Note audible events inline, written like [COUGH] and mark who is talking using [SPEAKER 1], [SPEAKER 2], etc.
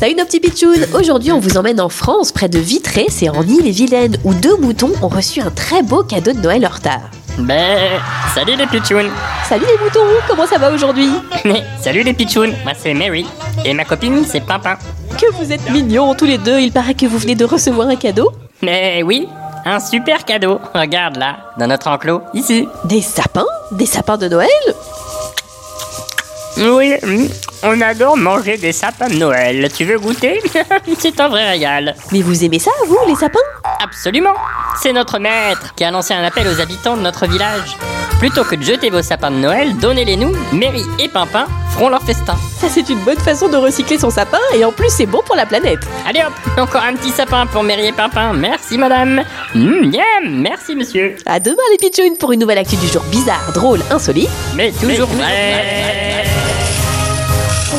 [SPEAKER 1] Salut nos petits pitchouns Aujourd'hui, on vous emmène en France, près de Vitré, c'est en Île-et-Vilaine, où deux moutons ont reçu un très beau cadeau de Noël en retard.
[SPEAKER 2] Ben, salut les pitchouns [LAUGHS]
[SPEAKER 1] Salut les moutons, comment ça va aujourd'hui
[SPEAKER 2] Salut les pitchouns, moi c'est Mary, et ma copine c'est Pimpin.
[SPEAKER 1] Que vous êtes mignons tous les deux, il paraît que vous venez de recevoir un cadeau
[SPEAKER 2] Mais oui, un super cadeau, regarde là, dans notre enclos, ici.
[SPEAKER 1] Des sapins Des sapins de Noël
[SPEAKER 2] Oui, mm, on adore manger des sapins de Noël, tu veux goûter [LAUGHS] C'est un vrai régal.
[SPEAKER 1] Mais vous aimez ça, vous, les sapins
[SPEAKER 2] Absolument C'est notre maître qui a lancé un appel aux habitants de notre village. Plutôt que de jeter vos sapins de Noël, donnez-les-nous, Mary et Pimpin feront leur festin.
[SPEAKER 1] Ça, c'est une bonne façon de recycler son sapin, et en plus, c'est bon pour la planète
[SPEAKER 2] Allez hop, encore un petit sapin pour Mary et Pimpin. Merci madame. Mm, yeah, merci monsieur.
[SPEAKER 1] À demain les pitchouns pour une nouvelle actu du jour bizarre, drôle, insolite
[SPEAKER 2] Mais toujours vrai.